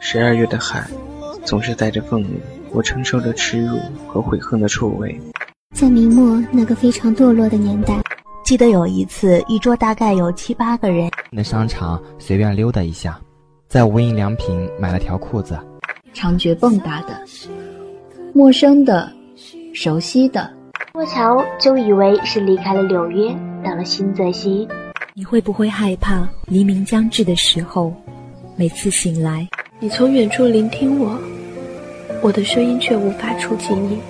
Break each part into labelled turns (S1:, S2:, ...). S1: 十二月的海，总是带着愤怒。我承受着耻辱和悔恨的臭味。
S2: 在明末那个非常堕落的年代，
S3: 记得有一次，一桌大概有七八个人，
S4: 那商场随便溜达一下，在无印良品买了条裤子。
S5: 常觉蹦跶的，陌生的，熟悉的。
S6: 过桥就以为是离开了纽约，到了新泽西。
S7: 你会不会害怕黎明将至的时候？每次醒来，
S8: 你从远处聆听我，我的声音却无法触及你。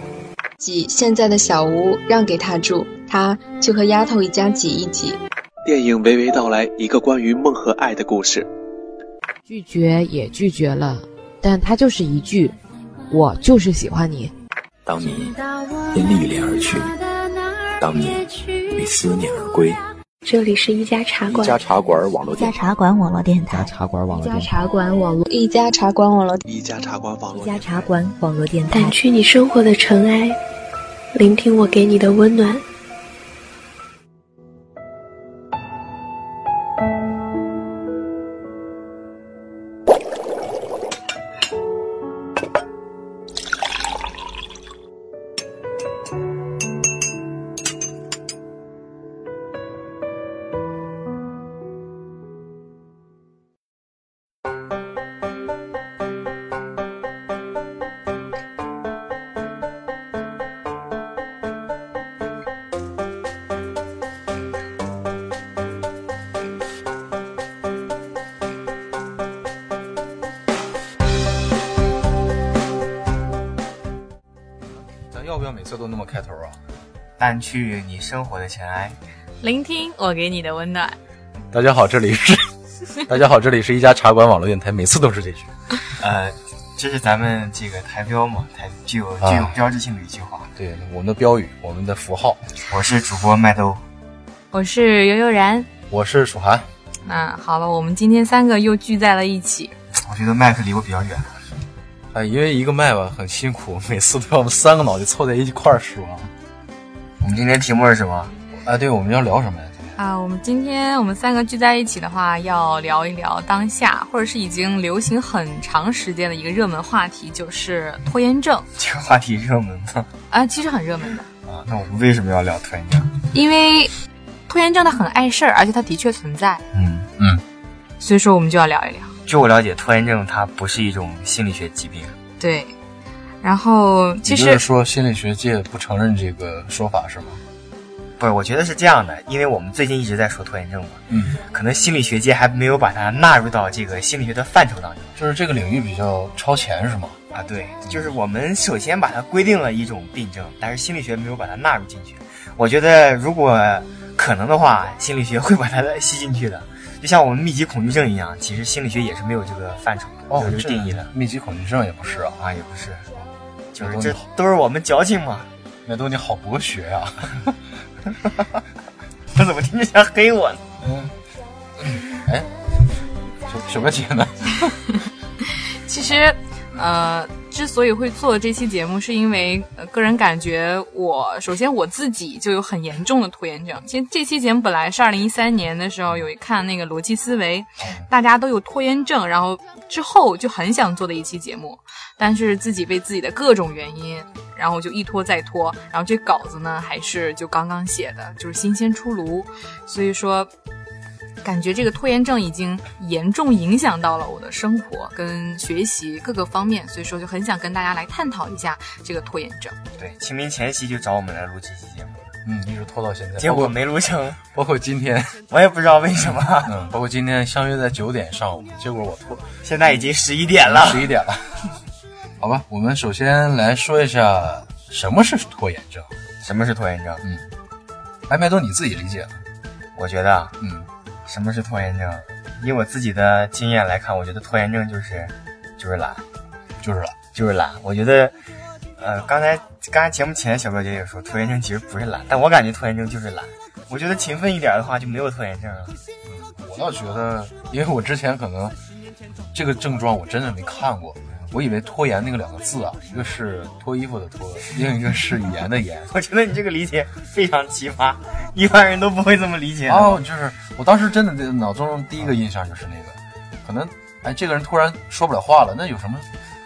S9: 挤现在的小屋让给他住，他就和丫头一家挤一挤。
S10: 电影娓娓道来一个关于梦和爱的故事。
S11: 拒绝也拒绝了。但他就是一句：“我就是喜欢你。”
S12: 当你因历练而去，当你与思念而归。
S8: 这里是一家茶馆，
S12: 一家茶馆网络，
S3: 一家茶馆网络电台，
S4: 一家茶馆网络，
S5: 哎一家茶馆网络，
S9: 一家茶馆网络，
S10: 一家茶馆网络，
S7: 一家茶馆网络电台。
S8: 掸去你生活的尘埃，聆听我给你的温暖。
S13: 要不要每次都那么开头啊？
S14: 掸去你生活的尘埃，
S15: 聆听我给你的温暖。
S13: 大家好，这里是 大家好，这里是一家茶馆网络电台，每次都是这句。
S14: 呃，这是咱们这个台标嘛，台具有、啊、具有标志性的一句话。
S13: 对，我们的标语，我们的符号。
S14: 我是主播麦兜，
S15: 我是悠悠然，
S13: 我是楚涵。
S15: 那好吧，我们今天三个又聚在了一起。
S14: 我觉得麦克离我比较远。
S13: 哎，因为一个麦吧很辛苦，每次都要我们三个脑袋凑在一块儿说。
S14: 我们今天题目是什么？
S13: 哎，对，我们要聊什么呀？今天
S15: 啊，我们今天我们三个聚在一起的话，要聊一聊当下或者是已经流行很长时间的一个热门话题，就是拖延症。
S14: 这个话题热门吗？
S15: 啊，其实很热门的。
S14: 啊，那我们为什么要聊拖延症？
S15: 因为拖延症它很碍事儿，而且它的确存在。
S14: 嗯嗯，
S15: 所以说我们就要聊一聊。
S14: 据我了解，拖延症它不是一种心理学疾病。
S15: 对，然后其实
S13: 就是说心理学界不承认这个说法是吗？
S14: 不是，我觉得是这样的，因为我们最近一直在说拖延症嘛，
S13: 嗯，
S14: 可能心理学界还没有把它纳入到这个心理学的范畴当中，
S13: 就是这个领域比较超前是吗？
S14: 啊，对，就是我们首先把它规定了一种病症，但是心理学没有把它纳入进去。我觉得如果可能的话，心理学会把它 吸进去的。就像我们密集恐惧症一样，其实心理学也是没有这个范畴的，
S13: 哦、
S14: 没有这个定义的。
S13: 密集恐惧症也不是啊，
S14: 啊也不是，就是这都是我们矫情嘛。
S13: 麦兜你好博学呀、
S14: 啊！他怎么听着像黑我呢？
S13: 嗯，哎，什什么节呢？
S15: 其实，呃，之所以会做这期节目，是因为、呃、个人感觉我，首先我自己就有很严重的拖延症。其实这期节目本来是二零一三年的时候有一看那个逻辑思维，大家都有拖延症，然后之后就很想做的一期节目，但是自己被自己的各种原因，然后就一拖再拖，然后这稿子呢还是就刚刚写的，就是新鲜出炉，所以说。感觉这个拖延症已经严重影响到了我的生活跟学习各个方面，所以说就很想跟大家来探讨一下这个拖延症。
S14: 对，清明前夕就找我们来录这期节目，
S13: 嗯，一直拖到现在，
S14: 结果没录成，
S13: 包括今天，
S14: 我也不知道为什么，
S13: 嗯，包括今天相约在九点上午，结果我拖，
S14: 现在已经十一点了，
S13: 十一点了，好吧，我们首先来说一下什么是拖延症，
S14: 什么是拖延症？
S13: 嗯，哎，麦兜你自己理解了，
S14: 我觉得，啊
S13: 嗯。
S14: 什么是拖延症？以我自己的经验来看，我觉得拖延症就是，就是懒，
S13: 就是懒，
S14: 就是懒。我觉得，呃，刚才刚才节目前小表姐也说，拖延症其实不是懒，但我感觉拖延症就是懒。我觉得勤奋一点的话就没有拖延症了。
S13: 嗯，我倒觉得，因为我之前可能这个症状我真的没看过，我以为拖延那个两个字啊，一个是脱衣服的脱，另一个是语言的 言。
S14: 我觉得你这个理解非常奇葩，一般人都
S13: 哦
S14: 不会这么理解。
S13: 哦，就是。我当时真的脑中第一个印象就是那个，可能哎，这个人突然说不了话了，那有什么？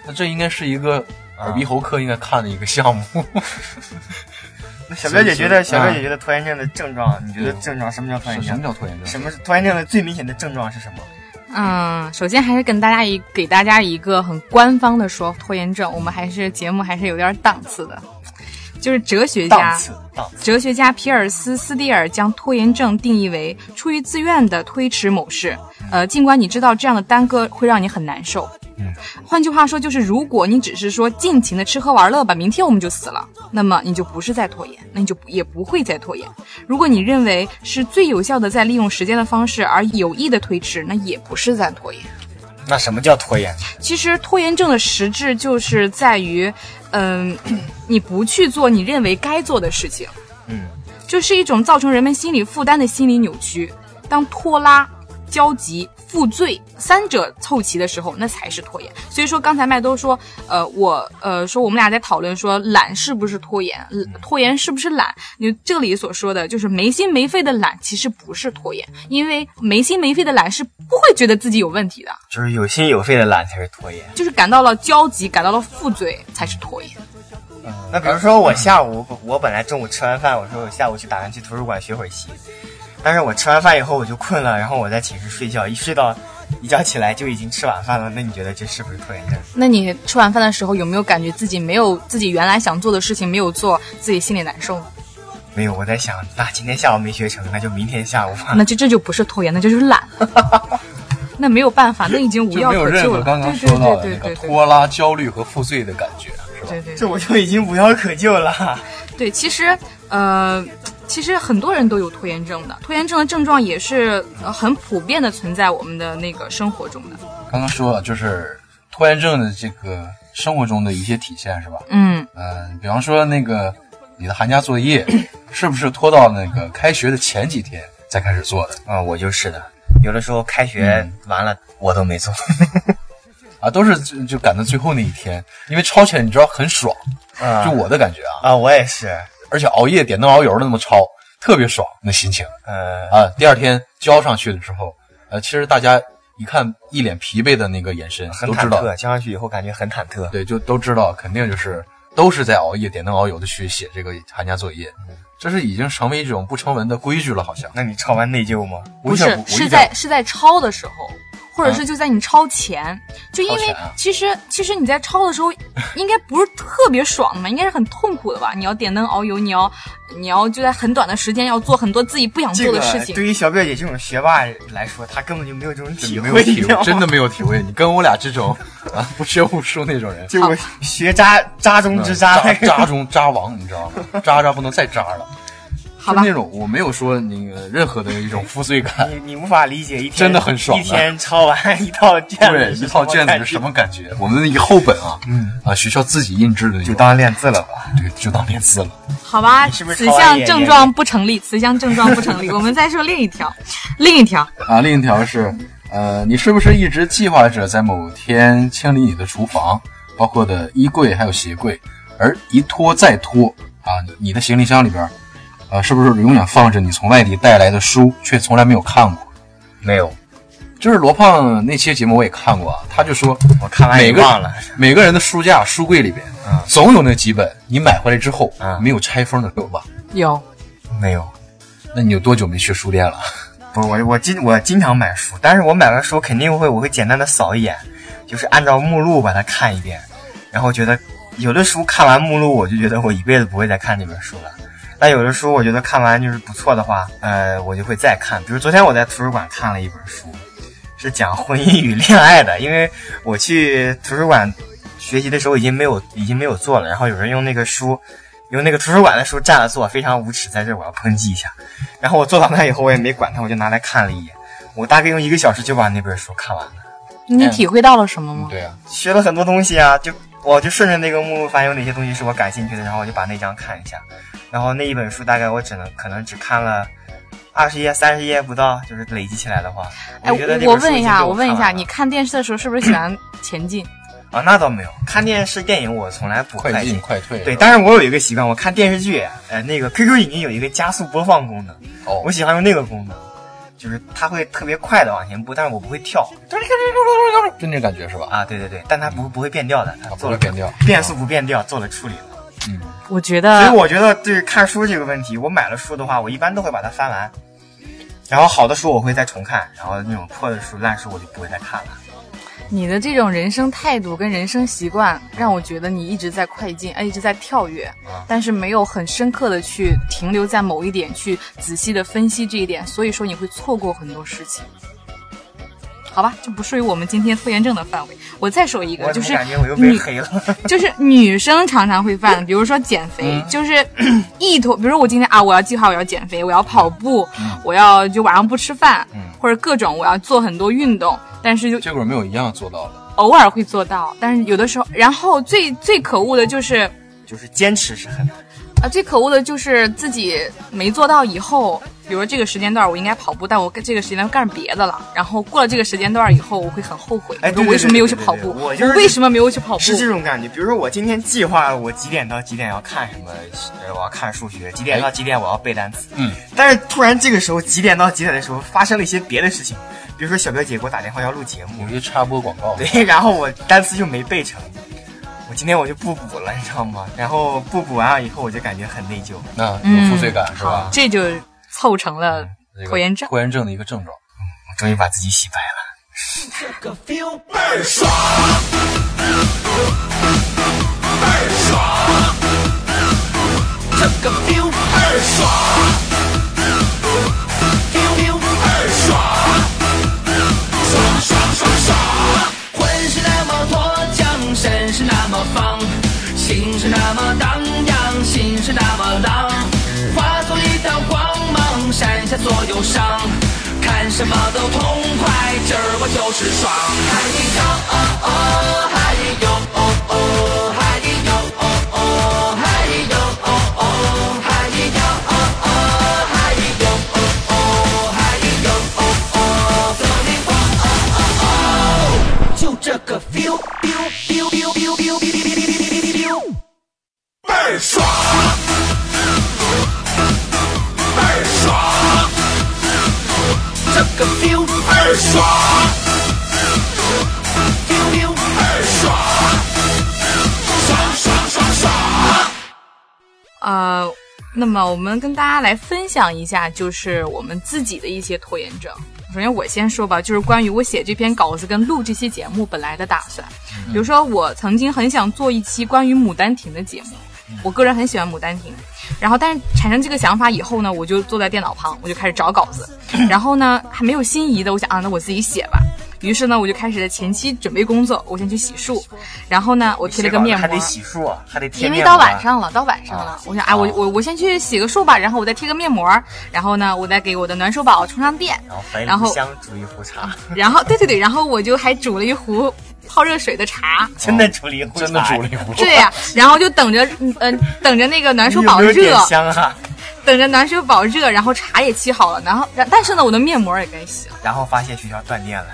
S13: 那这应该是一个
S14: 啊
S13: 耳鼻喉科应该看的一个项目。
S14: 那小表姐觉得，小表姐觉得拖延症的症状， 你觉得症状什么叫拖延症？
S13: 什么叫拖延症？
S14: 什嗯么是拖延症的最明显的症状是什么？
S15: 嗯，首先还是跟大家一给大家一个很官方的说，拖延症我们还是节目还是有点档次的，就是哲学家，哲学家皮尔斯斯蒂尔将拖延症定义为出于自愿的推迟某事，呃，尽管你知道这样的耽搁会让你很难受。
S14: 嗯，
S15: 换句话说，就是如果你只是说尽情的吃喝玩乐吧，明天我们就死了，那么你就不是在拖延，那你就也不会再拖延。如果你认为是最有效的在利用时间的方式而有意的推迟，那也不是在拖延。
S14: 那什么叫拖延？
S15: 其实拖延症的实质就是在于，嗯、 呃，你不去做你认为该做的事情，
S14: 嗯，
S15: 就是一种造成人们心理负担的心理扭曲。当拖拉、焦急。负罪三者凑齐的时候，那才是拖延。所以说，刚才麦兜说，呃，我呃说我们俩在讨论说懒是不是拖延，呃拖延是不是懒？你这里所说的就是没心没肺的懒，其实不是拖延，因为没心没肺的懒是不会觉得自己有问题的，
S14: 就是有心有肺的懒才是拖延，
S15: 就是感到了焦急，感到了负罪才是拖延。
S14: 嗯、那比如说我下午，我本来中午吃完饭，我说我下午去打算去图书馆学会习。但是我吃完饭以后我就困了，然后我在寝室睡觉，一睡到一觉起来就已经吃晚饭了。那你觉得这是不是拖延症？
S15: 那你吃晚饭的时候有没有感觉自己没有自己原来想做的事情没有做，自己心里难受呢？
S14: 没有，我在想，那今天下午没学成，那就明天下午吧。
S13: 啊
S15: 那这这就不是拖延，那就是 懒。那没有办法，那已经无药可救了。
S13: 刚刚说到的那个拖拉、焦虑和负罪的感觉，是吧？
S15: 对对，
S14: 这我就已经无药可救了。
S15: 对，其实呃。其实很多人都有拖延症的，拖延症的症状也是呃很普遍的存在我们的那个生活中的。
S13: 刚刚说了，就是拖延症的这个生活中的一些体现，是吧？
S15: 嗯
S13: 嗯、呃，比方说那个你的寒假作业 是不是拖到那个开学的前几天才开始做的？
S14: 啊、嗯，我就是的，有的时候开学完了、嗯、我都没做，
S13: 啊，都是就赶到最后那一天，因为抄起来你知道很爽，嗯、就我的感觉
S14: 啊啊，我也是。
S13: 而且熬夜点灯熬油的那么抄，特别爽，那心情。
S14: 呃
S13: 啊，第二天交上去了之后，呃，其实大家一看一脸疲惫的那个眼神，
S14: 很
S13: 忐忑都知道。
S14: 交上去以后感觉很忐忑。
S13: 对，就都知道，肯定就是都是在熬夜点灯熬油的去写这个寒假作业，嗯、这是已经成为一种不成文的规矩了，好像。
S14: 那你抄完内疚吗？
S15: 不是，是在是在抄的时候。或者是就在你抄前，啊、就因为其实、
S13: 啊、
S15: 其实你在抄的时候，应该不是特别爽的嘛，应该是很痛苦的吧？你要点灯熬油，你要你要就在很短的时间要做很多自己不想做的事情。这
S14: 个、对于小表姐这种学霸来说，她根本就没有这种 体会，
S13: 体会真的没有体会。你跟我俩这种啊不学无术那种人，
S14: 就我学渣渣中之渣，
S13: 嗯、渣,渣中渣王，你知道吗？渣渣不能再渣了。
S15: 好吧
S13: 是那种我没有说那个任何的一种负罪感，
S14: 你你无法理解一天
S13: 真的很爽的，啊
S14: 一天抄完一套卷
S13: 对一套卷子是什么感觉？我们一个厚本啊，嗯啊学校自己印制的，
S14: 就当练字了吧，
S13: 对，就当练字了。
S15: 好吧，
S14: 是是
S15: 此项症状不成立，此项症状不成立。我们再说另一条，另一条
S13: 啊，另一条是呃，你是不是一直计划着在某天清理你的厨房，包括的衣柜还有鞋柜，而一拖再拖啊，你的行李箱里边。啊、呃，是不是永远放着你从外地带来的书，却从来没有看过？
S14: 没有，
S13: 就是罗胖那期节目我也看过，啊他就说，
S14: 我看完
S13: 每个
S14: 忘了，
S13: 每个人的书架、书柜里边，
S14: 嗯、
S13: 总有那几本你买回来之后、
S14: 嗯、
S13: 没有拆封的，有吧？
S15: 有，
S14: 没有？
S13: 那你有多久没去书店了？
S14: 不是嗯我，我经我经常买书，但是我买完书肯定会，我会简单的扫一眼，就是按照目录把它看一遍，然后觉得有的书看完目录，我就觉得我一辈子不会再看这本书了。但有的书我觉得看完就是不错的话，呃，我就会再看。比如昨天我在图书馆看了一本书，是讲婚姻与恋爱的。因为我去图书馆学习的时候已经没有已经没有座了，然后有人用那个书，用那个图书馆的书占了座，非常无耻，在这我要抨击一下。然后我坐到那以后我也没管他，我就拿来看了一眼。我大概用一个小时就把那本书看完了。
S15: 你体会到了什么吗？
S13: 嗯、对啊，
S14: 学了很多东西啊，就。我就顺着那个目录翻，有哪些东西是我感兴趣的，然后我就把那张看一下。然后那一本书大概我只能可能只看了二十页、三十页不到，就是累积起来的话。
S15: 哎，
S14: 嗯我
S15: 问一下，我问一下，你
S14: 看
S15: 电视的时候是不是喜欢前进？
S14: 啊，那倒没有，看电视电影我从来不
S13: 快
S14: 进
S13: 快退。啊
S14: 对，但是我有一个习惯，我看电视剧，呃，那个 QQ 影音有一个加速播放功能，
S13: 哦、
S14: 我喜欢用那个功能。就是它会特别快的往前步，但是我不会跳，
S13: 就那感觉是吧？
S14: 啊，对对对，但它不不会变调的，它
S13: 做了变调，
S14: 变速不变调，做了处理了。
S13: 嗯，
S15: 我觉得，
S14: 所以我觉得对看书这个问题，我买了书的话，我一般都会把它翻完，然后好的书我会再重看，然后那种破的书、烂书我就不会再看了。
S15: 你的这种人生态度跟人生习惯，让我觉得你一直在快进，哎，一直在跳跃，
S14: 啊
S15: 但是没有很深刻的去停留在某一点，去仔细的分析这一点，所以说你会错过很多事情。好吧，这不属于我们今天拖延症的范围。我再说一个，就是
S14: 感觉我又被黑了，
S15: 就是女生常常会犯，比如说减肥，嗯、就是 意图，比如我今天啊，我要计划我要减肥，我要跑步，嗯、我要就晚上不吃饭，
S13: 嗯、
S15: 或者各种我要做很多运动，但是就
S13: 结果没有一样做到的，
S15: 偶尔会做到，但是有的时候，然后最最可恶的就是
S14: 就是坚持是很难。
S15: 啊，最可恶的就是自己没做到以后，比如这个时间段我应该跑步，但我这个时间段干别的了。然后过了这个时间段以后，我会很后悔，
S14: 哎，
S15: 我为什么没有去跑步？
S14: 我就是
S15: 为什么没有去跑步？
S14: 是这种感觉。比如说我今天计划我几点到几点要看什么，呃，我要看数学；几点到几点我要背单词。
S13: 嗯。
S14: 但是突然这个时候几点到几点的时候发生了一些别的事情，比如说小表姐给我打电话要录节目，
S13: 有些插播广告。
S14: 对， 然后我单词就没背成。我今天我就不补了，你知道吗？然后不补完了以后，我就感觉很内疚，
S13: 那有负罪感、嗯、是吧？
S15: 这就凑成
S14: 哎
S15: 了拖延症，
S13: 拖延症的一个症状。嗯，
S14: 我终于把自己洗白了。这个 feel 倍儿爽，倍儿爽，这个 feel 倍儿爽，feel feel 倍儿爽，爽爽爽爽。魂是那么脱缰，身是那么放，心是那么荡漾，心是那么浪，化作一道光芒，闪下所有伤，看什么都痛快，今儿我就是爽。嗨哟哦哦，嗨哟哦哦，嗨哟哦哦，嗨哟哦哦，嗨哟哦哦，嗨哟哦哦，嗨哟哦哦，feeling 哦哦哦。就这个 feel，倍儿爽，倍儿爽，这个 feel 倍儿爽，feel 倍儿爽，爽爽爽爽。
S15: 呃，那么我们跟大家来分享一下，就是我们自己的一些拖延症。首先我先说吧，就是关于我写这篇稿子跟录这期节目本来的打算。
S14: 嗯
S15: 比如说，我曾经很想做一期关于《牡丹亭》的节目，
S14: 嗯
S15: 我个人很喜欢《牡丹亭》。然后，但是产生这个想法以后呢，我就坐在电脑旁，我就开始找稿子。然后呢，还没有心仪的，我想啊，那我自己写吧。于是呢，我就开始在前期准备工作。我先去洗漱，然后呢，我贴了个面膜。
S14: 还得洗漱、啊，还得贴、
S15: 啊。因为到晚上了，到晚上了，啊、我想，哎，我我我先去洗个漱吧，然后我再贴个面膜，然后呢，我再给我的暖手宝充上电，然后嗯
S14: 香煮一壶茶。
S15: 然后对对对，然后我就还煮了一壶泡热水 的茶。
S14: 真的煮了一壶，
S13: 真的煮了一壶。
S15: 对啊呀，然后就等着，嗯、呃，等着那个暖手宝热。
S14: 有香啊！
S15: 等着暖水宝热，然后茶也沏好了，然后但是呢，我的面膜也该洗了。呃
S14: 然后发现学校断电了。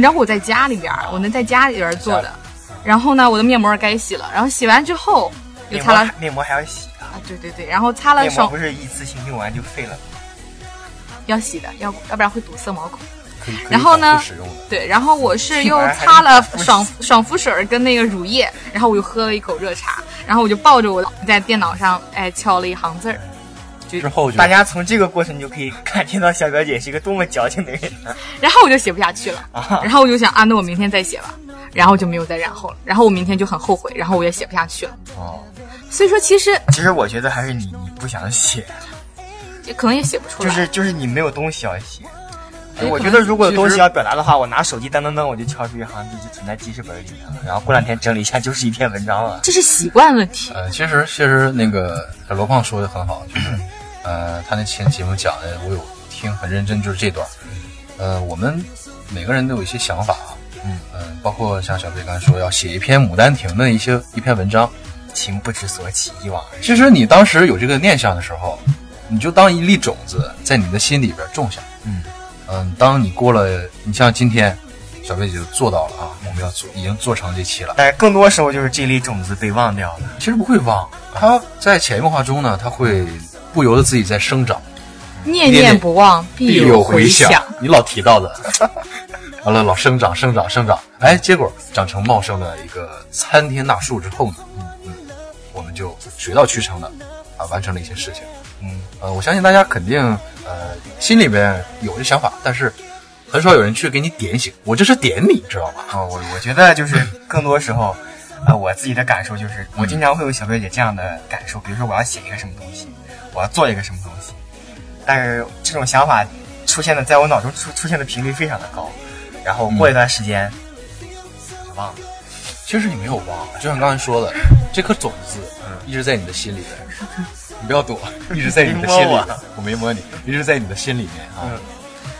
S15: 然后我在家里边，我能在家里边做的。然后呢，我的面膜该洗了。然后洗完之后，又擦了
S14: 面膜还要洗啊？
S15: 啊，对对对，然后擦了手。
S14: 不是一次性用完就废了？
S15: 要洗的，要要不然会堵塞毛孔。
S13: 然
S15: 后呢？对，然后我是又擦了爽爽肤水跟那个乳液，然后我又喝了一口热茶，然后我就抱着我在电脑上哎敲了一行字儿。
S13: 之后，
S14: 大家从这个过程就可以感觉到小表姐是一个多么矫情的人。
S15: 然后我就写不下去了，然后我就想啊，那我明天再写吧。然后就没有再然后了。然后我明天就很后悔，然后我也写不下去了。
S14: 哦，
S15: 所以说其实
S14: 其实我觉得还是你你不想写，
S15: 可能也写不出
S14: 来。就是就是你没有东西要写。
S13: 哎
S14: 我觉得如果有东西要表达的话，我拿手机噔噔噔，我就敲出一行字，就存在记事本里面了。然后过两天整理一下，就是一篇文章了。
S15: 这是习惯问题。
S13: 呃，其实其实那个呃罗胖说的很好，就是。呃，他那前节目讲的，我有听很认真，就是这段。呃，我们每个人都有一些想法啊，
S14: 嗯
S13: 嗯、呃，包括像小贝刚才说要写一篇《牡丹亭》的一些一篇文章，
S14: 情不知所起，一往而
S13: 其实你当时有这个念想的时候，你就当一粒种子在你的心里边种下。
S14: 嗯
S13: 嗯、呃，当你过了，你像今天小贝姐就做到了啊，我们要做，已经做成这期了。
S14: 但更多时候就是这粒种子被忘掉了。
S13: 其实不会忘，它在潜移默化中呢，它会。不由得自己在生长，
S15: 念念不忘，
S13: 必
S15: 有
S13: 回
S15: 响。
S13: 你老提到的， 完了老生长生长生长，哎，结果长成茂盛的一个参天大树之后呢，嗯嗯，我们就水到渠成的啊完成了一些事情。嗯呃，我相信大家肯定呃心里边有这想法，但是很少有人去给你点醒。我这是点你，知道吧？
S14: 啊、我我觉得就是更多时候。呃，我自己的感受就是，我经常会有小表姐这样的感受，比如说我要写一个什么东西，我要做一个什么东西，但是这种想法出现的在我脑中出出现的频率非常的高，然后过一段时间、嗯、我就忘了。
S13: 其实你没有忘，啊就像刚才说的，这颗种子一直在你的心里边，你不要躲，一直在你的心里，
S14: 我,
S13: 我没摸你，一直在你的心里面啊，嗯、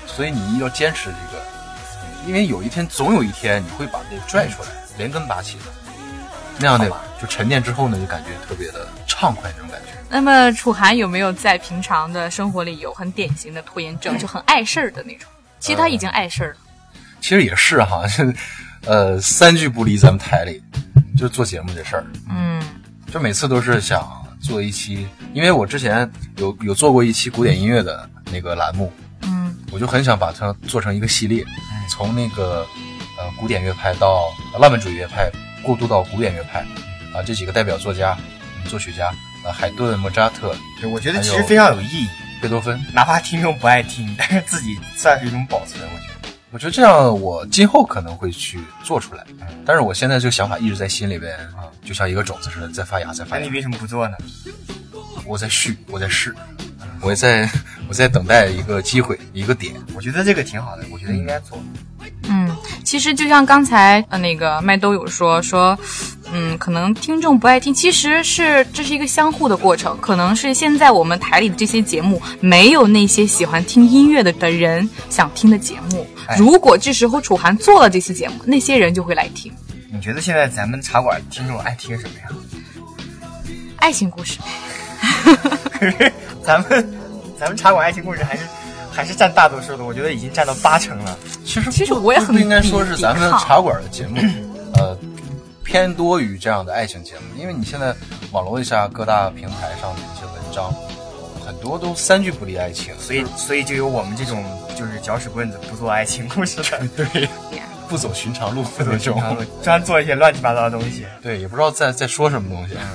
S13: 所以你要坚持这个，因为有一天总有一天你会把这拽出来，连根拔起的。那样的就沉淀之后呢，就感觉特别的畅快那种感觉。
S15: 那么楚涵有没有在平常的生活里有很典型的拖延症，就很碍事儿的那种？其实他已经碍事儿了、
S13: 呃。其实也是哈， 呃，三句不离咱们台里，就是做节目这事儿。
S15: 嗯，
S13: 就每次都是想做一期，因为我之前有有做过一期古典音乐的那个栏目，
S15: 嗯，
S13: 我就很想把它做成一个系列，从那个呃古典乐派到呃浪漫主义乐派。过渡到古典乐派，啊，这几个代表作家、作曲家，啊，海顿、莫扎特，
S14: 对，我觉得其实非常有意义。
S13: 贝多芬，
S14: 哪怕听众不爱听，但是自己算是一种保存。我觉得，
S13: 我觉得这样，我今后可能会去做出来。但是我现在这个想法一直在心里边，啊、就像一个种子似的，在发芽，在发芽。
S14: 哎那你为什么不做呢？
S13: 我在续，我在试，我在，我在等待一个机会，一个点。
S14: 我觉得这个挺好的，我觉得应该做。
S15: 嗯，其实就像刚才呃那个麦兜有说说，嗯，可能听众不爱听，其实是这是一个相互的过程，可能是现在我们台里的这些节目没有那些喜欢听音乐的的人想听的节目。哎、如果这时候楚涵做了这期节目，那些人就会来听。
S14: 你觉得现在咱们茶馆听众爱听什么呀？
S15: 爱情故事。
S14: 可是咱们 咱们茶馆爱情故事还是。还是占大多数的，我觉得已经占到八成了。
S13: 其实
S15: 其实我也很
S13: 不应该说是咱们茶馆的节目，呃，偏多于这样的爱情节目，因为你现在网络一下各大平台上的一些文章，很多都三句不离爱情，
S14: 所以所以就有我们这种就是搅屎棍子不做爱情故事的，
S13: 对，不走寻常路
S14: 那种，专做一些乱七八糟的东西，
S13: 对，也不知道在在说什么东西。
S15: 嗯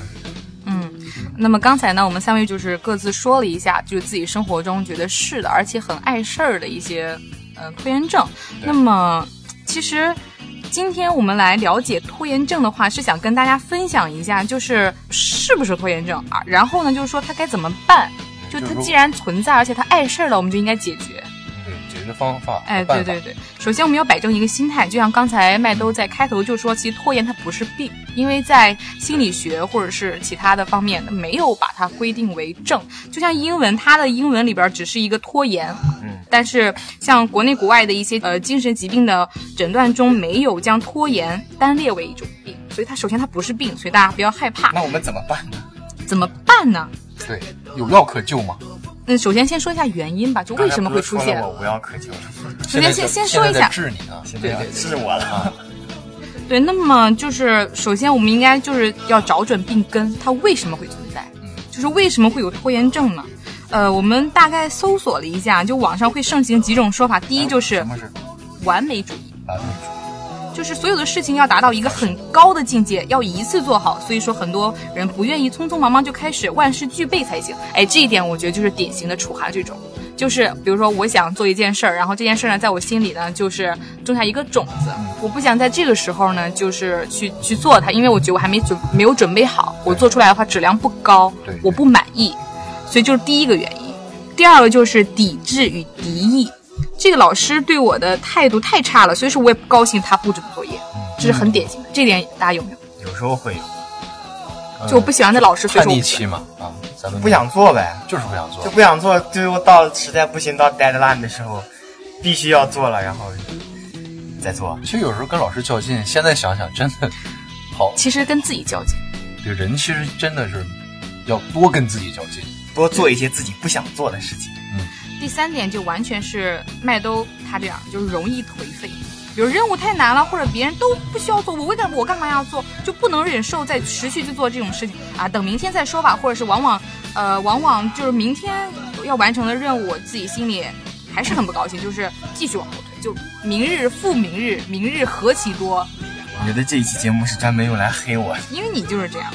S15: 那么刚才呢，我们三位就是各自说了一下，就是自己生活中觉得是的，而且很碍事儿的一些呃拖延症。那么其实今天我们来了解拖延症的话，是想跟大家分享一下，就是是不是拖延症啊？然后呢，就是说它该怎么办？就它既然存在，而且它碍事儿了，我们就应该解决。
S13: 对，解决方法。
S15: 哎，对对对，首先我们要摆正一个心态，就像刚才麦兜在开头就说，其实拖延它不是病。因为在心理学或者是其他的方面，没有把它规定为症。就像英文，它的英文里边只是一个拖延，
S13: 嗯，
S15: 但是像国内国外的一些呃精神疾病的诊断中，没有将拖延单列为一种病，所以它首先它不是病，所以大家不要害怕。
S14: 那我们怎么办呢？
S15: 怎么办呢？
S13: 对，有药可救吗？
S15: 嗯，首先先说一下原因吧，就为什么会出现？
S14: 我无药可救。
S15: 首先先先说一下，
S13: 治你啊，
S14: 对对，治我了啊。
S15: 对，那么就是首先我们应该就是要找准病根，它为什么会存在？就是为什么会有拖延症呢？呃，我们大概搜索了一下，就网上会盛行几种说法，
S13: 哎
S15: 第一就是完美主义，
S13: 完美主
S15: 义就是所有的事情要达到一个很高的境界，要一次做好，所以说很多人不愿意匆匆忙忙就开始万事俱备才行。哎，这一点我觉得就是典型的楚涵这种。就是比如说，我想做一件事儿，然后这件事呢，在我心里呢，就是种下一个种子。
S13: 嗯
S15: 我不想在这个时候呢，就是去去做它，因为我觉得我还没准没有准备好，我做出来的话质量不高，我不满意，所以就是第一个原因。第二个就是抵制与敌意，这个老师对我的态度太差了，所以说我也不高兴他布置的作业，这是很典型的。这点大家有没
S14: 有？有时候会有，
S13: 嗯
S15: 就我不喜欢的老师，所以说
S13: 我期嘛啊。咱们
S14: 不想做呗，
S13: 就是不想做，
S14: 就不想做。最后到实在不行，到 deadline 的时候，必须要做了，然后再做。
S13: 其实有时候跟老师较劲，现在想想真的好。
S15: 其实跟自己较劲，
S13: 对人其实真的是要多跟自己较劲，
S14: 多做一些自己不想做的事情。
S13: 嗯。
S15: 第三点就完全是麦兜他这样，就是容易颓废。比如任务太难了，或者别人都不需要做，我为干我干嘛要做？就不能忍受再持续去做这种事情啊！等明天再说吧，或者是往往，呃，往往就是明天要完成了任务，我自己心里还是很不高兴，就是继续往后推，就明日复明日，明日何其多。
S14: 我觉得这一期节目是专门用来黑我的，
S15: 因为你就是这样。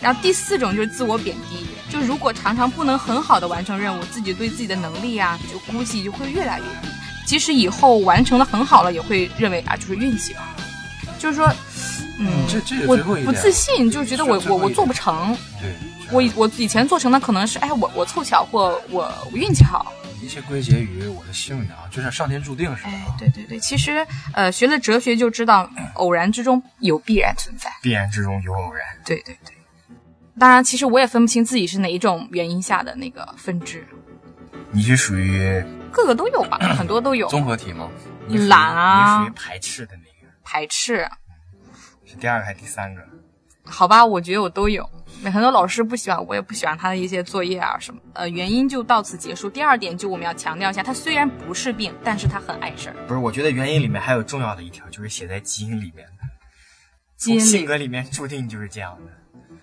S15: 然后第四种就是自我贬低，就如果常常不能很好的完成任务，自己对自己的能力啊，就估计就会越来越低。即使以后完成的很好了，也会认为啊，就是运气好。就是说，嗯，
S13: 这这
S15: 我不自信，就觉得我我我做不成。
S13: 对，
S15: 我我以前做成的可能是哎，我我凑巧或我我运气好。
S13: 一切归结于我的幸运啊，就像上天注定似的、啊。
S15: 哎，对对对，其实呃，学了哲学就知道，偶然之中有必然存在，
S14: 必然之中有偶然。
S15: 对对对，当然，其实我也分不清自己是哪一种原因下的那个分支。
S14: 你是属于
S15: 各个都有 吧，很多都有。
S13: 综合体吗？
S15: 懒啊，
S14: 你属于排斥的那个。
S15: 排斥
S14: 是第二个还是第三个？
S15: 好吧，我觉得我都有。很多老师不喜欢我，也不喜欢他的一些作业啊什么。呃，原因就到此结束。第二点就我们要强调一下，他虽然不是病，但是他很碍事儿。
S14: 不是，我觉得原因里面还有重要的一条，就是写在基因里面的。
S15: 基因
S14: 性格里面注定就是这样的。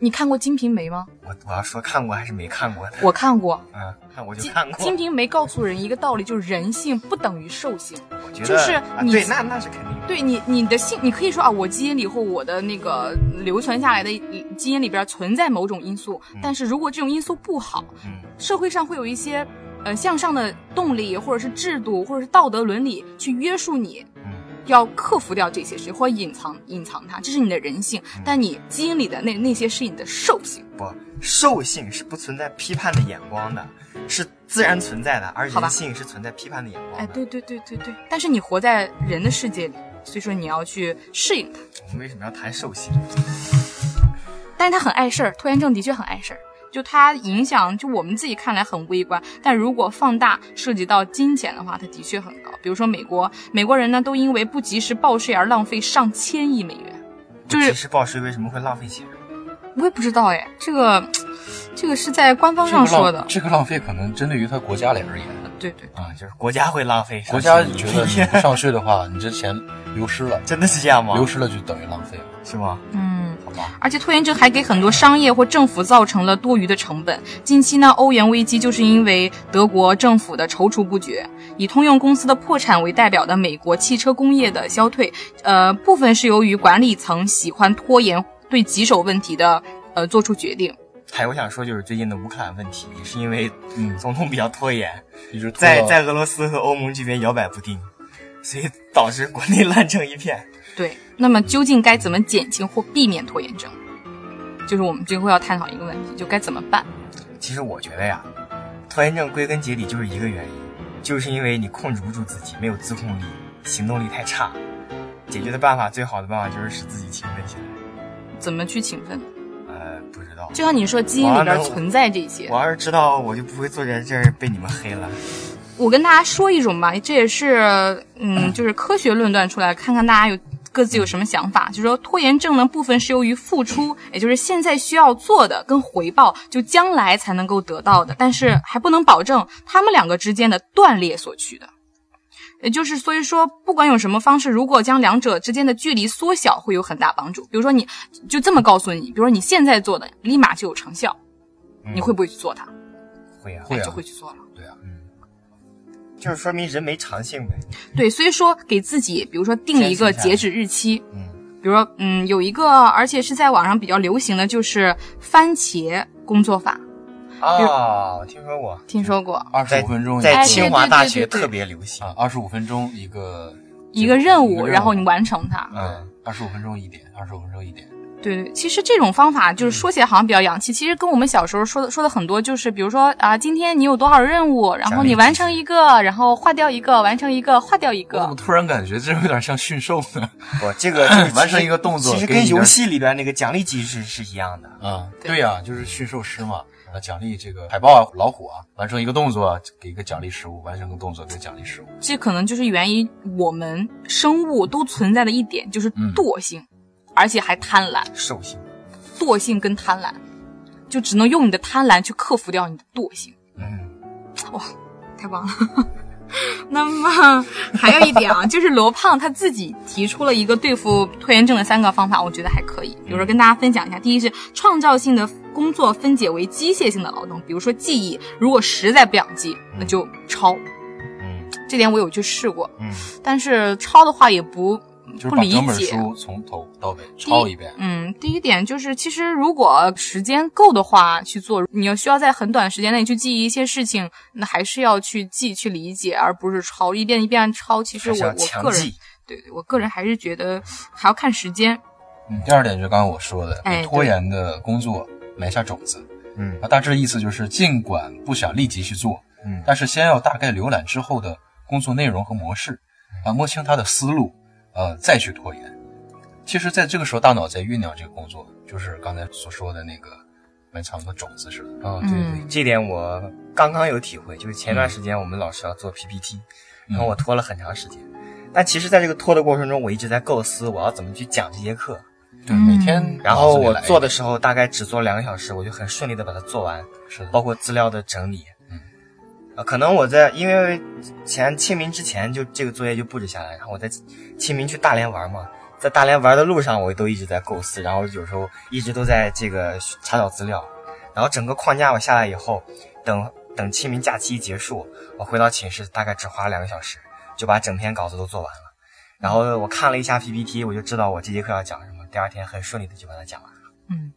S15: 你看过《金瓶梅》吗？
S14: 我我要说看过还是没看过的？
S15: 我看过，
S14: 嗯，看我就看过。
S15: 《金瓶梅》告诉人一个道理，就是人性不等于兽性。
S14: 我觉得
S15: 就是你、
S14: 啊、对，那那是肯定的。
S15: 对你你的性，你可以说啊，我基因里或我的那个流传下来的基因里边存在某种因素，嗯、但是如果这种因素不好，嗯、社会上会有一些呃向上的动力，或者是制度，或者是道德伦理去约束你。嗯要克服掉这些事情，或隐藏隐藏它，这是你的人性。嗯、但你基因里的那那些是你的兽性。
S14: 不，兽性是不存在批判的眼光的，是自然存在的，而人性是存在批判的眼光的。
S15: 哎，对对对对对。但是你活在人的世界里，所以说你要去适应它。
S14: 我们为什么要谈兽性？
S15: 但是他很碍事儿，拖延症的确很碍事儿。就它影响，就我们自己看来很微观，但如果放大涉及到金钱的话，它的确很高。比如说美国，美国人呢都因为不及时报税而浪费上千亿美元，就是
S14: 及时报税为什么会浪费钱？
S15: 我也不知道哎，这个这个是在官方上说的。
S13: 这个浪费可能针对于他国家来而言。
S15: 对对
S14: 啊，就是国家会浪费。
S13: 国家觉 得你不上税的话，你这钱流失 了。
S14: 真的是这样吗？
S13: 流失了就等于浪费了，
S14: 是吗？
S15: 嗯，
S14: 好吧。
S15: 而且拖延症还给很多商业或政府造成了多余的成本。近期呢，欧元危机就是因为德国政府的踌躇不决。以通用公司的破产为代表的美国汽车工业的消退，呃，部分是由于管理层喜欢拖延对棘手问题的呃做出决定。
S14: 还有我想说，就是最近的乌克兰问题，也是因为嗯总统比较拖延，
S13: 一直
S14: 在在俄罗斯和欧盟这边摇摆不定，所以导致国内乱成一片。
S15: 对，那么究竟该怎么减轻或避免拖延症，就是我们最后要探讨一个问题，就该怎么办？
S14: 其实我觉得呀，拖延症归根结底就是一个原因，就是因为你控制不住自己，没有自控力，行动力太差。解决的办法，最好的办法就是使自己勤奋起来。
S15: 怎么去勤奋？
S14: 呃，不知道。
S15: 就像你说，基因里边存在这些。
S14: 我要是知道，我就不会坐在这儿被你们黑了。
S15: 我跟大家说一种吧，这也是嗯，就是科学论断出来，看看大家有各自有什么想法。就说拖延症呢，部分是由于付出，也就是现在需要做的跟回报，就将来才能够得到的，但是还不能保证他们两个之间的断裂所趋的。也就是，所以说，不管用什么方式，如果将两者之间的距离缩小，会有很大帮助。比如说你，你就这么告诉你，比如说你现在做的，立马就有成效，嗯、你会不会去做它？哎
S14: 会啊，
S13: 会啊，
S15: 就会去做了。
S13: 对啊，
S14: 嗯，就是说明人没长性呗。
S15: 对，所以说给自己，比如说定一个截止日期，
S14: 嗯，
S15: 比如说，嗯，有一个，而且是在网上比较流行的就是番茄工作法。
S14: 啊，听说过，
S15: 听说过。
S13: 二十五分钟
S14: 在清
S15: 哎
S14: 华大学特别流行
S13: 啊，二十五分钟一个
S15: 嗯一个任务，然后你完成它。
S13: 嗯，二十五分钟一点，二十五分钟一点。
S15: 对对，其实这种方法就是说起来好像比较洋气，其实跟我们小时候说的说的很多，就是比如说啊，今天你有多少任务，然后你完成一个，然后划掉一个，完成一个，划掉一个。
S13: 我怎么突然感觉这有点像驯兽 呢？
S14: 不，这个
S13: 完成一个动作，
S14: 其实跟游戏里边那个奖励机制是一样的。
S13: 嗯，对呀，就是驯兽师嘛。啊，奖励这个海豹啊、老虎啊，完成一个动作给一个奖励食物，完成个动作给奖励食物。
S15: 这可能就是源于我们生物都存在的一点，就是惰性，
S13: 嗯、
S15: 而且还贪婪。
S14: 兽性、
S15: 惰性跟贪婪，就只能用你的贪婪去克服掉你的惰性。
S13: 哎
S14: 嗯，
S15: 哇，太棒了！ 那么还有 一点啊，就是罗胖他自己提出了一
S13: 嗯
S15: 个对付拖延症的三个方法，我觉得还可以。比如说跟大家分享一下，第一是创造性的。工作分解为机械性的劳动，比如说记忆，如果实在不想记，那就抄。
S13: 嗯，
S15: 这点我有去试过，
S13: 嗯，
S15: 但是抄的话也不
S13: 就是
S15: 不
S13: 把
S15: 理
S13: 整本
S15: 解。
S13: 书从头到尾抄一遍。
S15: 嗯，第一点就是，其实如果时间够的话去做，你要需要在很短的时间内去记忆一些事情，那还是要去记、去理解，而不是抄一遍一遍抄。其实
S14: 还
S15: 我
S14: 是要
S15: 我
S14: 强
S15: 个人
S14: 记，
S15: 对对，我个人还是觉得还要看时间。
S13: 嗯，第二点就是刚刚我说的，
S15: 哎
S13: 给拖延的工作埋下种子。
S14: 嗯，
S13: 啊，大致的意思就是，尽管不想立即去做，
S14: 嗯，
S13: 但是先要大概浏览之后的工作内容和模式，啊，摸清他的思路，呃，再去拖延。其实，在这个时候，大脑在酝酿这个工作，就是刚才所说的那个埋藏的种子似的。
S14: 嗯，对对，这点我刚刚有体会，就是前
S15: 嗯
S14: 段时间我们老师要做 PPT，、然后我拖了很长时间。但其实，在这个拖的过程中，我一直在构思我要怎么去讲这节课。
S13: 对，每天
S14: 然后我做
S13: 的
S14: 的时候大概只做两个小时，我就很顺利的把它做完，
S13: 是的
S14: 包括资料的整理。
S13: 嗯，
S14: 呃，可能我在因为前清明之前就这个作业就布置下来，然后我在清明去大连玩嘛，在大连玩的路上我都一直在构思，然后有时候一直都在这个查找资料，然后整个框架我下来以后，等等清明假期一结束，我回到寝室大概只花了两个小时就把整篇稿子都做完了。然后我看了一下 PPT，我就知道我这节课要讲什么，第二天很顺利的就把它讲完了。
S15: 嗯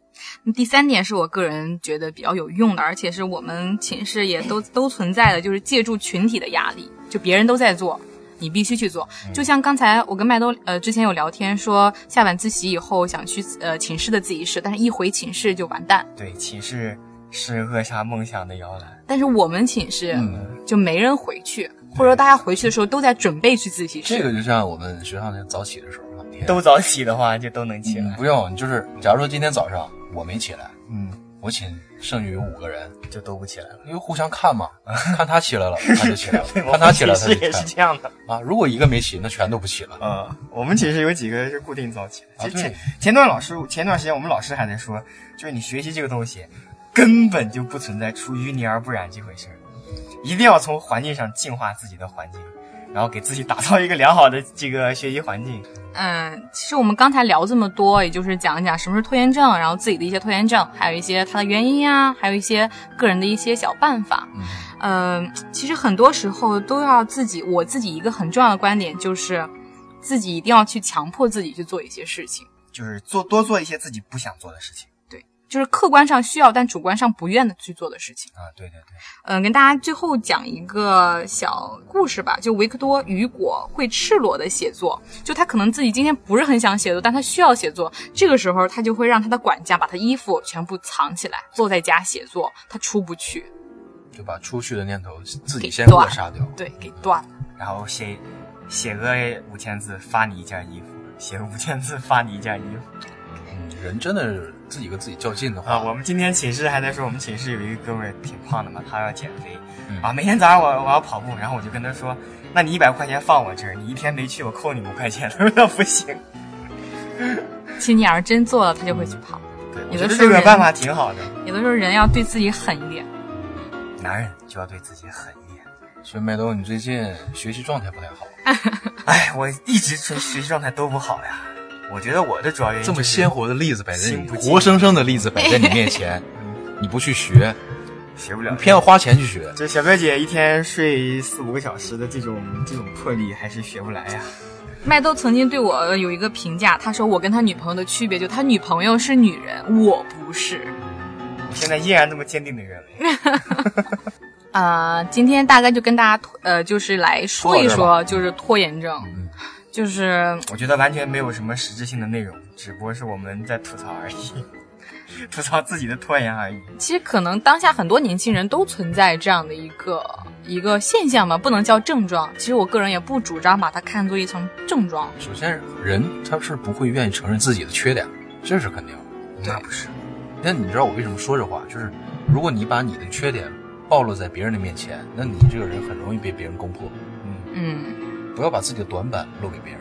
S15: 第三点是我个人觉得比较有用的，而且是我们寝室也都都存在的，就是借助群体的压力，就别人都在做，你必须去做。
S13: 嗯
S15: 就像刚才我跟麦兜呃之前有聊天说，下晚自习以后想去呃寝室的自习室，但是一回寝室就完蛋。
S14: 对，寝室是扼杀梦想的摇篮。
S15: 但是我们寝室
S13: 嗯
S15: 就没人回去，或者说大家回去的时候都在准备去自习室。
S13: 这个就像我们学校那个早起的时候，啊每天嗯
S14: 都早起的话就都能起来。
S13: 不用，就是假如说今天早上我没起来，
S14: 嗯，
S13: 我寝剩余五个人
S14: 就都不起来了，
S13: 因为互相看 嘛，看他起来了，他就起来了
S14: 对，我
S13: 看他起来
S14: 们
S13: 他
S14: 寝室
S13: 就起来
S14: 也
S13: 了
S14: 是这样的。
S13: 啊。如果一个没起，那全都不起了。
S14: 嗯，我们寝室有几个是固定早起的。
S13: 啊
S14: 其实前
S13: 对
S14: 前段老师前段时间我们老师还在说，就是你学习这个东西根本就不存在出淤泥而不染这回事儿，一定要从环境上净化自己的环境，然后给自己打造一个良好的这个学习环境。
S15: 嗯，其实我们刚才聊这么多，也就是讲一讲什么是拖延症，然后自己的一些拖延症，还有一些它的原因啊，还有一些个人的一些小办法。嗯、其实很多时候都要自己，我自己一个很重要的观点就是，自己一定要去强迫自己去做一些事情，
S14: 就是做多做一些自己不想做的事情
S15: 对，就是客观上需要，但主观上不愿的去做的事情。
S14: 啊！对对对，
S15: 嗯，跟大家最后讲一个小故事吧，就维克多·雨果会赤裸的写作，就他可能自己今天不是很想写作，但他需要写作，这个时候他就会让他的管家把他衣服全部藏起来，坐在家写作，他出不去，
S13: 就把出去的念头自己
S15: 给
S13: 先扼
S15: 断
S13: 杀掉。嗯
S15: 对，给断了。
S14: 然后写写个五千字发你一件衣服，写个五千字发你一件衣服。
S13: 嗯，人真的是自己跟自己较劲的话，
S14: 啊，我们今天寝室还在说，我们寝室有一个哥们儿挺胖的嘛，他要减肥、
S13: 嗯
S14: 啊。每天早上我我要跑步，然后我就跟他说，那你一百块钱放我这儿，你一天没去我扣你五块钱。 他说那不行。
S15: 其实你要是真做了，他就会去跑。
S14: 对，我
S15: 有
S14: 觉
S15: 的
S14: 得
S15: 时候
S14: 这个
S15: 人
S14: 办法挺好的。
S15: 有的时候人要对自己狠一点。
S14: 男人就要对自己狠一点。
S13: 所以麦兜，你最近学习状态不太好，
S14: 哎，我一直学学习状态都不好呀。我觉得我的主要原因、
S13: 这么鲜活的例子摆在
S14: 心
S13: 你
S14: 不静
S13: 活生生的例子摆在你面 前，你不去学，
S14: 学不了
S13: 你，偏要花钱去学。
S14: 这小表姐一天睡四五个小时的这种这种魄力还是学不来呀。
S15: 麦兜曾经对我呃有一个评价，他说我跟他女朋友的区别就他女朋友是女人，我不是。
S14: 我现在依然这么坚定的认为。
S15: 呃，今天大概就跟大家呃，就是来说嗯一
S14: 说
S15: 说，就是拖延症，就是
S14: 我觉得完全没有什么实质性的内容，只不过是我们在吐槽而已， 吐槽自己的拖延而已。
S15: 其实可能当下很多年轻人都存在这样的一个一个现象吧，不能叫症状。其实我个人也不主张把它看作一层症状。
S13: 首先，人他是不会愿意承认自己的缺点，这是肯定的。
S14: 那不是，
S13: 那你知道我为什么说这话？就是如果你把你的缺点暴露在别人的面前，那你这个人很容易被别人攻破。嗯，
S15: 嗯，
S13: 不要把自己的短板露给别人，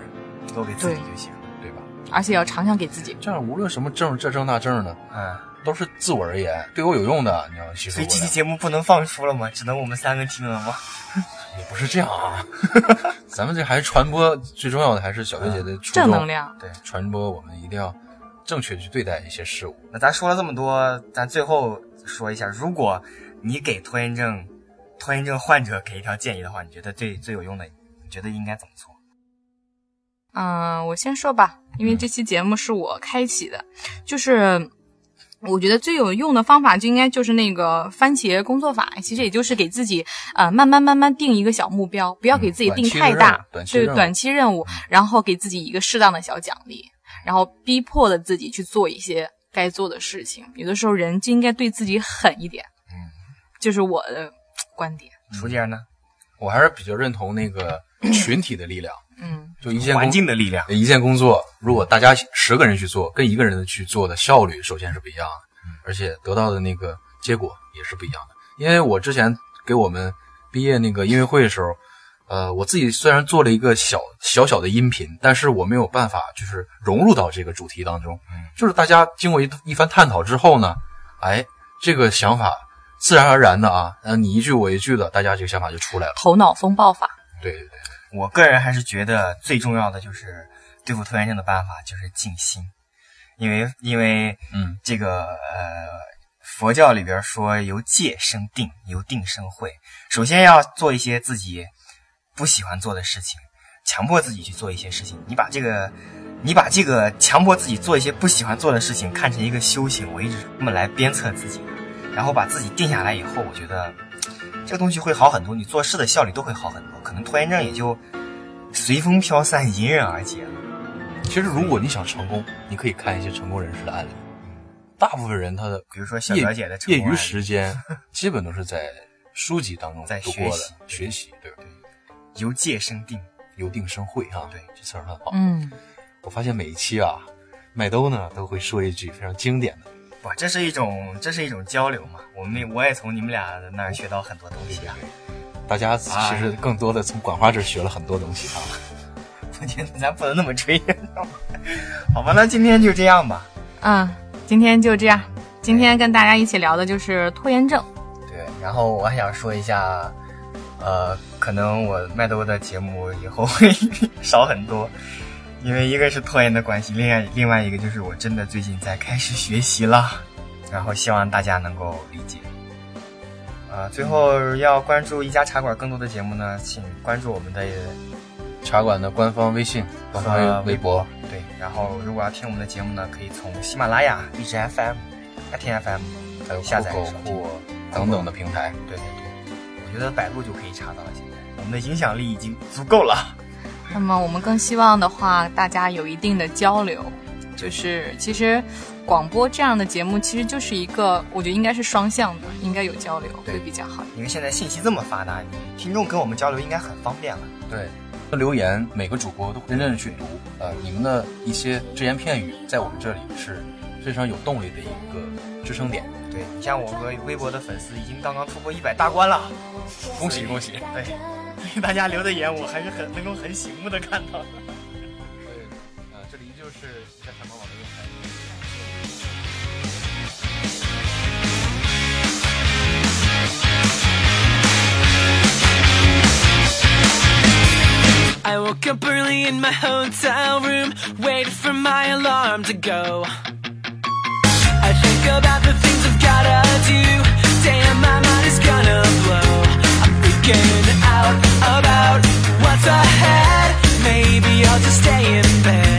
S14: 露给
S15: 自己就
S14: 行，
S13: 对吧？
S15: 而且要常常给自己。
S13: 这样无论什么证，这证那证的，
S14: 嗯，
S13: 都是自我而言，对我有用的，你要吸收
S14: 所以
S13: 过
S14: 这期
S13: 来。
S14: 节目不能放出了吗？只能我们三个听了吗？
S13: 也不是这样啊， 咱们这还是传播最重要的，还是小学姐的初衷
S15: 正能量
S13: 对，传播我们一定要正确的去对待一些事物。
S14: 那咱说了这么多，咱最后说一下，如果你给拖延症拖延症患者给一条建议的话，你觉得最最有用的，你觉得应该怎么做？
S15: 嗯、我先说吧，因为这期节目是我开启的，就是我觉得最有用的方法就应该就是那个番茄工作法，其实也就是给自己呃慢慢慢慢定一个小目标，不要给自己定太大，
S13: 嗯短期的
S15: 对
S13: 任务嗯
S15: 短期任务，然后给自己一个适当的小奖励，然后逼迫了自己去做一些该做的事情。有的时候人就应该对自己狠一点，嗯，就是我的观点。
S14: 楚姐呢？
S13: 我还是比较认同那个群体的力量，
S15: 嗯，
S13: 就一件
S14: 环
S13: 工
S14: 境的力量。
S13: 一件工作，如果大家十个人去做，跟一个人去做的效率首先是不一样的，而且得到的那个结果也是不一样的。因为我之前给我们毕业那个音乐会的时候，呃，我自己虽然做了一个小小小的音频，但是我没有办法就是融入到这个主题当中。就是大家经过一一番探讨之后呢，哎，这个想法自然而然的啊，呃，你一句我一句的，大家这个想法就出来了。
S15: 头脑风暴法，
S13: 对对对，
S14: 我个人还是觉得最重要的就是对付拖延症的办法就是静心，因为因为
S13: 嗯，
S14: 这个呃佛教里边说由戒生定，由定生慧。首先要做一些自己不喜欢做的事情，强迫自己去做一些事情。你把这个你把这个强迫自己做一些不喜欢做的事情看成一个修行，我一直这么来鞭策自己，然后把自己定下来以后，我觉得这个东西会好很多，你做事的效率都会好很多，可能拖延症也就随风飘散，迎刃而解了。
S13: 其实如果你想成功，你可以看一些成功人士的案例。大部分人他的，
S14: 比如说小
S13: 业
S14: 表姐的成
S13: 业
S14: 功案
S13: 余
S14: 例
S13: 时间，基本都是在书籍当中
S14: 在
S13: 度
S14: 学
S13: 过的
S14: 习
S13: 学习，对不对？
S14: 由戒生定，
S13: 由定生慧啊，对，这词儿很好。
S15: 嗯，
S13: 我发现每一期啊，麦兜呢都会说一句非常经典的，
S14: 哇，这是一种这是一种交流嘛，我们也我也从你们俩那儿学到很多东西啊。
S13: 大家其实更多的从管花这儿学了很多东西啊。
S14: 我觉得咱不能那么吹，好吧？那今天就这样吧。
S15: 嗯，今天就这样。今天跟大家一起聊的就是拖延症。
S14: 对，然后我还想说一下，呃，可能我麦兜的节目以后会 少很多，因为一个是拖延的关系，另外另外一个就是我真的最近在开始学习了，然后希望大家能够理解。啊、最后要关注一家茶馆更多的节目呢，请关注我们的
S13: 茶馆的官方微信、官
S14: 和
S13: 方微博，
S14: 对，然后如果要听我们的节目呢，可以从喜马拉雅、荔枝 FM、爱听 FM
S13: 还有
S14: 下载
S13: 酷狗
S14: 收听
S13: 酷等等的平台。
S14: 对对对，我觉得百度就可以查到了。现在我们的影响力已经足够了。
S15: 那么我们更希望的话，大家有一定的交流，就是其实广播这样的节目其实就是一个，我觉得应该是双向的，应该有交流会比较好。
S14: 因为现在信息这么发达，你听众跟我们交流应该很方便了。
S13: 对，留言每个主播都会认真的去读，呃，你们的一些只言片语在我们这里是非常有动力的一个支撑点。
S14: 对你像我和微博的粉丝已经刚刚突破一百大关了，
S13: 恭喜恭喜！
S14: 对， 因为大家留的言我还是很能够很醒目的看到的。
S13: 呃，这里就是在台湾网的电台。
S16: I woke up early in my hotel room, waited for my alarm to go. I think about the things I've gotta do. Damn, my mind is gonna blow. I'm freaking out about what's ahead. Maybe I'll just stay in bed.